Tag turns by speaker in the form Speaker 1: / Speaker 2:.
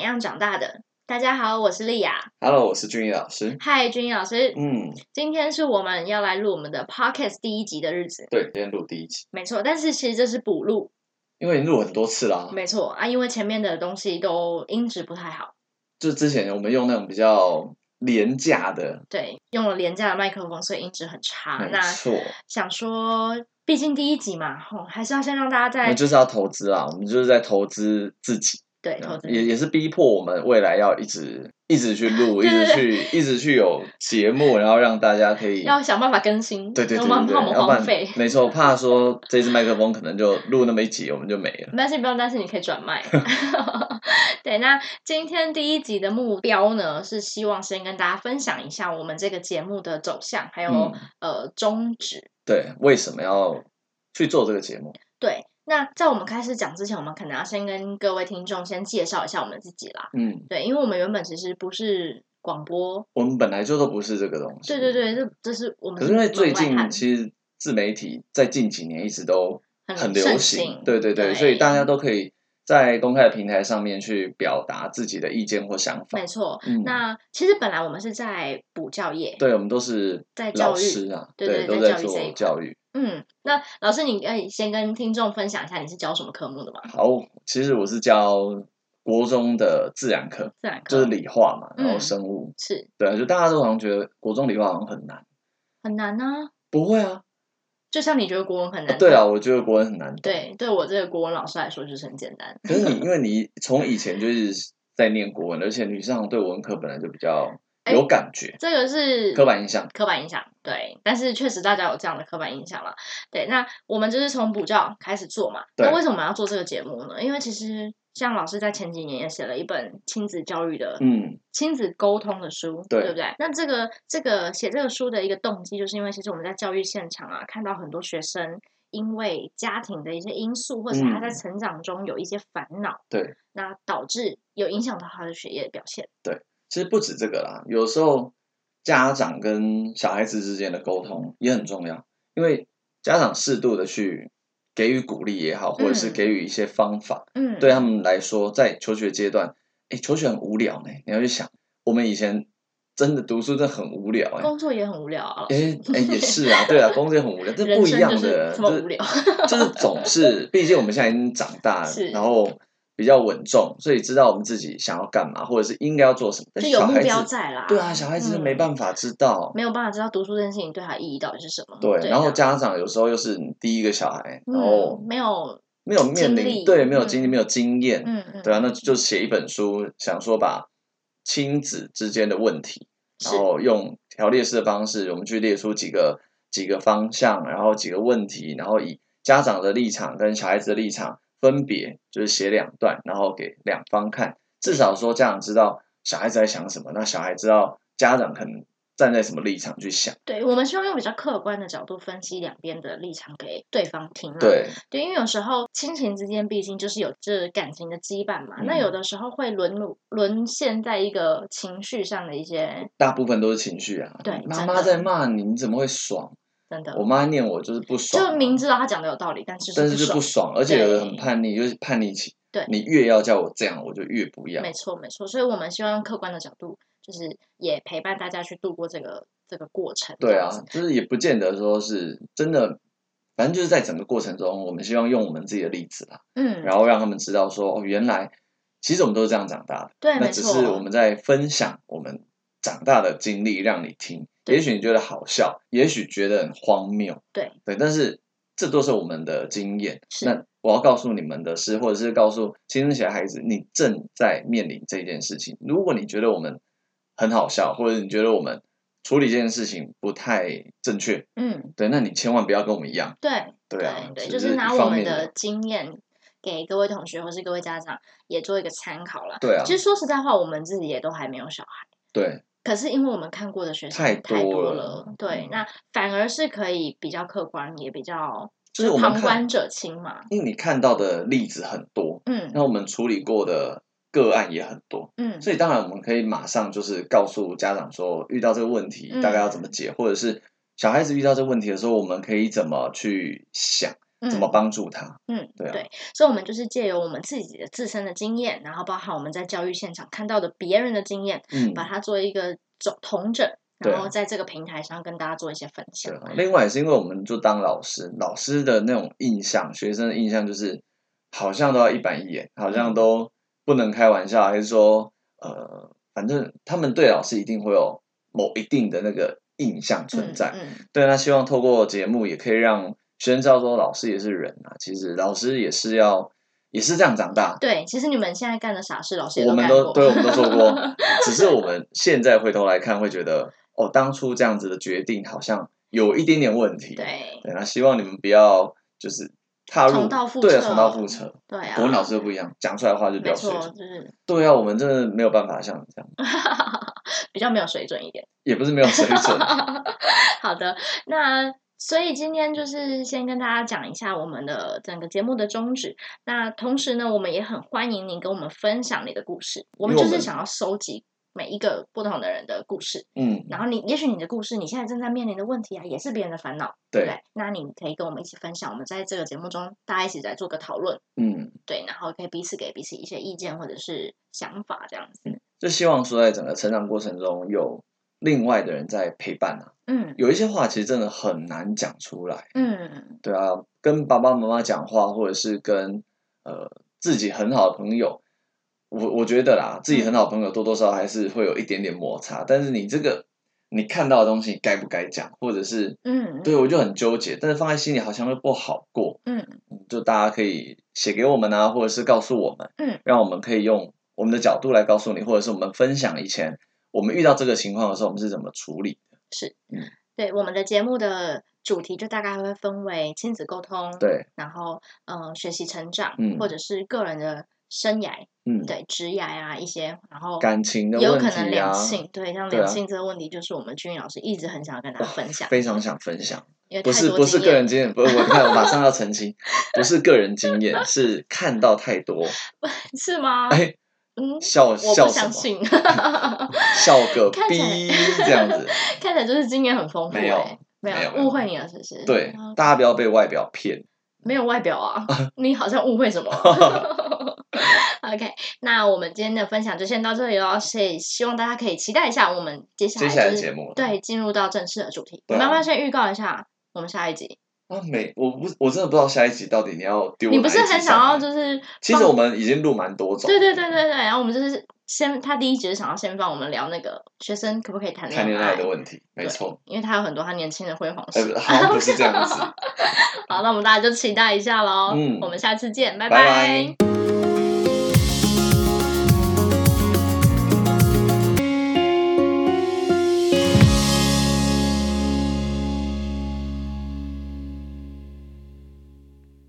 Speaker 1: 样长大的。大家好，我是丽雅。
Speaker 2: Hello，我是俊逸老师。
Speaker 1: 嗨，君老师，
Speaker 2: 嗯，
Speaker 1: 今天是我们要来录我们的 podcast 第一集的日子，
Speaker 2: 对，今天录第一集，
Speaker 1: 没错。但是其实这是补录，
Speaker 2: 因为已经录很多次啦。
Speaker 1: 没错啊，因为前面的东西都音质不太好，
Speaker 2: 就之前我们用那种比较廉价的，
Speaker 1: 对，用了廉价的麦克风，所以音质很差。
Speaker 2: 没
Speaker 1: 啊那
Speaker 2: 错，
Speaker 1: 想说，毕竟第一集嘛，吼，还是要先让大家
Speaker 2: 我
Speaker 1: 在
Speaker 2: 们就是要投资啊，我们就是在投资自己，啊
Speaker 1: 对投资
Speaker 2: 嗯也也是逼迫我们未来要一直一直去录，一
Speaker 1: 对对
Speaker 2: 直去一直去有节目，然后让大家可以。
Speaker 1: 要想办法更新，
Speaker 2: 对对对
Speaker 1: 我们
Speaker 2: 对
Speaker 1: 怕我
Speaker 2: 对，
Speaker 1: 们
Speaker 2: 要不
Speaker 1: 荒
Speaker 2: 然
Speaker 1: 废。
Speaker 2: 没错，怕说这支麦克风可能就录那么一集，我们就没了。
Speaker 1: 没关系，不用担心，你可以转 卖。 对，那今天第一集的目标呢，是希望先跟大家分享一下我们这个节目的走向，还有、
Speaker 2: 嗯
Speaker 1: 呃宗旨。
Speaker 2: 对，为什么要去做这个节目？
Speaker 1: 对，那在我们开始讲之前，我们可能要先跟各位听众先介绍一下我们自己啦。
Speaker 2: 嗯，
Speaker 1: 对，因为我们原本其实不是广播，
Speaker 2: 我们本来就都不是这个东西。
Speaker 1: 对对对，这这是我们
Speaker 2: 可是因为最
Speaker 1: 门外汉
Speaker 2: 近其实自媒体在近几年一直都很流
Speaker 1: 盛
Speaker 2: 行，对对对，所以大家都可以在公开的平台上面去表达自己的意见或想法
Speaker 1: 没。错。
Speaker 2: 嗯，
Speaker 1: 那其实本来我们是在补教业，
Speaker 2: 对我们都是
Speaker 1: 在教
Speaker 2: 老
Speaker 1: 育
Speaker 2: 师啊，
Speaker 1: 对对
Speaker 2: 都
Speaker 1: 在
Speaker 2: 在
Speaker 1: 教育这一
Speaker 2: 做
Speaker 1: 块
Speaker 2: 教育。
Speaker 1: 嗯，那老师，你可以先跟听众分享一下你是教什么科目的吗？
Speaker 2: 好，其实我是教国中的自然课，
Speaker 1: 自然科
Speaker 2: 就是理化嘛，然后
Speaker 1: 嗯
Speaker 2: 生物，
Speaker 1: 是
Speaker 2: 对啊，就大家都好像觉得国中理化好像很难，
Speaker 1: 很难啊，
Speaker 2: 不会啊，
Speaker 1: 就像你觉得国文很难、
Speaker 2: 啊对啊，，我觉得国文很难，，
Speaker 1: 对，对我这个国文老师来说就是很简单。
Speaker 2: 可是你因为你从以前就是在念国文，而且女生好像对文科本来就比较
Speaker 1: 哎
Speaker 2: 有感觉，
Speaker 1: 这个是
Speaker 2: 刻板印象。
Speaker 1: 刻板印象，对，但是确实大家有这样的刻板印象了。对，那我们就是从补教开始做嘛。
Speaker 2: 对
Speaker 1: 那为什么要做这个节目呢？因为其实像老师在前几年也写了一本亲子教育的
Speaker 2: 嗯，
Speaker 1: 亲子沟通的书，
Speaker 2: 对
Speaker 1: 不对？那这个这个写这个书的一个动机，就是因为其实我们在教育现场啊，看到很多学生因为家庭的一些因素，或者是他在
Speaker 2: 嗯
Speaker 1: 成长中有一些烦恼，
Speaker 2: 对，
Speaker 1: 那导致有影响到他的学业表现。
Speaker 2: 其实不止这个啦，有时候家长跟小孩子之间的沟通也很重要，因为家长适度的去给予鼓励也好，或者是
Speaker 1: 嗯
Speaker 2: 给予一些方法，
Speaker 1: 嗯，
Speaker 2: 对他啊们来说，在求学阶段，哎，求学很无聊呢、你要去想，我们以前真的读书真的很无聊哎、
Speaker 1: 工作也很无聊啊，老师
Speaker 2: 哎哎，也是啊，对啊，工作也很无聊，这
Speaker 1: 人
Speaker 2: 不一
Speaker 1: 生
Speaker 2: 样
Speaker 1: 就是
Speaker 2: 的，
Speaker 1: 这么
Speaker 2: 就是
Speaker 1: 无聊
Speaker 2: 就是总是，毕竟我们现在已经长大了
Speaker 1: 是，
Speaker 2: 然后比较稳重，所以知道我们自己想要干嘛，或者是应该要做什么。但
Speaker 1: 就是有
Speaker 2: 小
Speaker 1: 目
Speaker 2: 孩
Speaker 1: 标
Speaker 2: 子，
Speaker 1: 在啦。
Speaker 2: 对啊，小孩子
Speaker 1: 嗯
Speaker 2: 没办法知道，
Speaker 1: 没有办法知道读书这件事情对他意义到底是什么。
Speaker 2: 对，然后哦
Speaker 1: 那
Speaker 2: 家长有时候又是你第一个小孩，然后
Speaker 1: 嗯，没有，
Speaker 2: 没有面
Speaker 1: 经历
Speaker 2: 临，对，没有经历，
Speaker 1: 嗯
Speaker 2: 没有经验，
Speaker 1: 嗯嗯，
Speaker 2: 对啊，那就写一本书，想说把亲子之间的问题，然
Speaker 1: 是
Speaker 2: 后用条列式的方式，我们去列出几个几个方向，然后几个问题，然后以家长的立场跟小孩子的立场分别，就是写两段，然后给两方看，至少说家长知道小孩子在想什么，那小孩知道家长可能站在什么立场去想，
Speaker 1: 对，我们希望用比较客观的角度分析两边的立场给对方听啊啦。
Speaker 2: 对，
Speaker 1: 对，因为有时候亲情之间毕竟就是有这感情的羁绊嘛，那
Speaker 2: 嗯
Speaker 1: 有的时候会沦入沦陷在一个情绪上的一些
Speaker 2: 大部分都是情绪啊，
Speaker 1: 对
Speaker 2: 妈
Speaker 1: 真
Speaker 2: 妈
Speaker 1: 的
Speaker 2: 在骂你，你怎么会爽？
Speaker 1: 真的
Speaker 2: 我，妈念我就是不爽啊，
Speaker 1: 就明知道他讲的有道理，但是
Speaker 2: 但
Speaker 1: 不
Speaker 2: 是就
Speaker 1: 爽
Speaker 2: 不。爽，而且有的很
Speaker 1: 对
Speaker 2: 叛逆，就是叛逆期。
Speaker 1: 对
Speaker 2: 你越要叫我这样，我就越不要。
Speaker 1: 没错，没错，所以我们希望用客观的角度，就是也陪伴大家去度过这个这个过程。
Speaker 2: 对
Speaker 1: 这
Speaker 2: 啊
Speaker 1: 样子，
Speaker 2: 就是也不见得说是真的，反正就是在整个过程中，我们希望用我们自己的例子啦，
Speaker 1: 嗯，
Speaker 2: 然后让他们知道说，哦，原来其实我们都是这样长大的。
Speaker 1: 对，
Speaker 2: 那
Speaker 1: 没
Speaker 2: 只
Speaker 1: 错，啊
Speaker 2: 是我们在分享我们长大的经历让你听，
Speaker 1: 对
Speaker 2: 也许你觉得好笑，也许觉得很荒谬，
Speaker 1: 对
Speaker 2: 对，但是这都是我们的经验。
Speaker 1: 是
Speaker 2: 那我要告诉你们的是，或者是告诉青春期的孩子，你正在面临这件事情。如果你觉得我们很好笑，或者你觉得我们处理这件事情不太正确，
Speaker 1: 嗯，
Speaker 2: 对，那你千万不要跟我们一样，
Speaker 1: 对，
Speaker 2: 对啊，
Speaker 1: 对，
Speaker 2: 只
Speaker 1: 就是拿
Speaker 2: 一
Speaker 1: 我
Speaker 2: 方
Speaker 1: 们
Speaker 2: 面
Speaker 1: 的经验给各位同学或是各位家长也做一个参考啦。
Speaker 2: 对啊，
Speaker 1: 其实说实在话，我们自己也都还没有小孩，
Speaker 2: 对，
Speaker 1: 可是因为我们看过的学生
Speaker 2: 太
Speaker 1: 多
Speaker 2: 多了
Speaker 1: 对，
Speaker 2: 嗯
Speaker 1: 那反而是可以比较客观，也比较
Speaker 2: 就是我们
Speaker 1: 旁
Speaker 2: 看
Speaker 1: 观者清嘛。
Speaker 2: 因为你看到的例子很多，
Speaker 1: 嗯
Speaker 2: 那我们处理过的个案也很多，
Speaker 1: 嗯，
Speaker 2: 所以当然我们可以马上就是告诉家长说，遇到这个问题
Speaker 1: 嗯
Speaker 2: 大概要怎么解，或者是小孩子遇到这个问题的时候，我们可以怎么去想。
Speaker 1: 嗯
Speaker 2: 怎么帮助他。
Speaker 1: 嗯，
Speaker 2: 对啊
Speaker 1: 所以我们就是借由我们自己的自身的经验，然后包含我们在教育现场看到的别人的经验，
Speaker 2: 嗯，
Speaker 1: 把它做一个总同整，
Speaker 2: 对啊
Speaker 1: 然后在这个平台上跟大家做一些分享
Speaker 2: 对。啊。另外也是因为我们就当老师，老师的那种印象，学生的印象就是好像都要一板一眼，
Speaker 1: 嗯
Speaker 2: 好像都不能开玩笑，还是说呃，反正他们对老师一定会有某一定的那个印象存在。
Speaker 1: 嗯嗯
Speaker 2: 对，那希望透过节目也可以让学生知道说，老师也是人啊，其实老师也是要也是这样长大。
Speaker 1: 对，其实你们现在干的傻事，老师也
Speaker 2: 我们
Speaker 1: 干
Speaker 2: 都
Speaker 1: 过。
Speaker 2: 对，我们都 做过，只是我们现在回头来看，会觉得哦，当初这样子的决定好像有一点点问题。
Speaker 1: 对
Speaker 2: 对，那希望你们不要就是踏入
Speaker 1: 重蹈覆
Speaker 2: 对
Speaker 1: 辙
Speaker 2: 重蹈覆辙。
Speaker 1: 对啊，
Speaker 2: 国文老师就不一样，讲出来的话就比
Speaker 1: 没
Speaker 2: 较水
Speaker 1: 错，
Speaker 2: 准。
Speaker 1: 就是
Speaker 2: 对啊，我们真的没有办法像你这样，
Speaker 1: 比较没有水准一点。
Speaker 2: 也不是没有水 准。
Speaker 1: 好的，那所以今天就是先跟大家讲一下我们的整个节目的宗旨。那同时呢，我们也很欢迎您跟我们分享你的故事，我们
Speaker 2: 因为
Speaker 1: 就
Speaker 2: 我
Speaker 1: 是
Speaker 2: 们
Speaker 1: 想要收集。每一个不同的人的故事，
Speaker 2: 嗯，
Speaker 1: 然后你也许你的故事，你现在正在面临的问题啊，也是别人的烦恼，对不
Speaker 2: 对，
Speaker 1: 对？那你可以跟我们一起分享，我们在这个节目中大家一起来做个讨论，
Speaker 2: 嗯，
Speaker 1: 对，然后可以彼此给彼此一些意见或者是想法这样子。
Speaker 2: 就希望说在整个成长过程中有另外的人在陪伴啊。
Speaker 1: 嗯
Speaker 2: 有一些话其实真的很难讲出来。
Speaker 1: 嗯
Speaker 2: 对啊，跟爸爸妈妈讲话，或者是跟呃自己很好的朋友，我我觉得啦，自己很好的朋友多多少少还是会有一点点摩擦。但是你这个你看到的东西该不该讲，或者是
Speaker 1: 嗯，
Speaker 2: 对我就很纠结，但是放在心里好像又不好过。
Speaker 1: 嗯
Speaker 2: 嗯就大家可以写给我们啊，或者是告诉我们，
Speaker 1: 嗯，
Speaker 2: 让我们可以用我们的角度来告诉你，或者是我们分享以前我们遇到这个情况的时候，我们是怎么处理。
Speaker 1: 对，我们的节目的主题就大概会分为亲子沟通，，
Speaker 2: 对，
Speaker 1: 然后嗯、呃学习成长，
Speaker 2: 嗯
Speaker 1: 或者是个人的生涯，
Speaker 2: 嗯，
Speaker 1: 对，职涯啊一些，然后
Speaker 2: 感情的
Speaker 1: 也有
Speaker 2: 问题
Speaker 1: 可
Speaker 2: 啊，
Speaker 1: 能两性，对，像
Speaker 2: 对啊
Speaker 1: 两性这个问题，就是我们君宇老师一直很想要跟大家分享，
Speaker 2: 非常想分享。
Speaker 1: 因为
Speaker 2: 不
Speaker 1: 嗯太
Speaker 2: 是
Speaker 1: 多
Speaker 2: 不是
Speaker 1: 经
Speaker 2: 个
Speaker 1: 验
Speaker 2: 人经 验，不，我看我马上要澄清，不是个人经验，是看到 太多，
Speaker 1: 是吗？
Speaker 2: 哎，
Speaker 1: 嗯，
Speaker 2: 笑
Speaker 1: 我
Speaker 2: 笑
Speaker 1: 不
Speaker 2: 什
Speaker 1: 相
Speaker 2: 么？
Speaker 1: 信，
Speaker 2: 笑个
Speaker 1: 看起来
Speaker 2: 逼这样 子，
Speaker 1: 看起来就是经验很丰富、欸，
Speaker 2: 没有
Speaker 1: 没
Speaker 2: 没有
Speaker 1: 有
Speaker 2: 没有
Speaker 1: 误会你了，是不是？
Speaker 2: 对
Speaker 1: 啊，
Speaker 2: 大家不要被外表骗。
Speaker 1: 没有外表 啊，你好像误会什么了。OK，那我们今天的分享就先到这里喽，所以希望大家可以期待一下我们接下
Speaker 2: 接
Speaker 1: 来、就是、
Speaker 2: 下来的节目，
Speaker 1: 对进入到正式的主题。我
Speaker 2: 对啊
Speaker 1: 们要不要先预告一下我们下一集？
Speaker 2: 啊，没，我不，我真的不知道下一集到底你要丢哪
Speaker 1: 你
Speaker 2: 一集上来。
Speaker 1: 不是很想要就是
Speaker 2: 其实我们已经录蛮多种，
Speaker 1: 对对对对对，然后我们就是先他第一集是想要先放我们聊那个学生可不可以谈
Speaker 2: 谈
Speaker 1: 恋
Speaker 2: 恋爱的问题，没错。
Speaker 1: 因为他有很多他年轻的辉煌
Speaker 2: 哎，
Speaker 1: 时。
Speaker 2: 好像 不是这样子。
Speaker 1: 好，那我们大家就期待一下喽。
Speaker 2: 嗯
Speaker 1: 我们下次见，
Speaker 2: 拜
Speaker 1: 拜
Speaker 2: 拜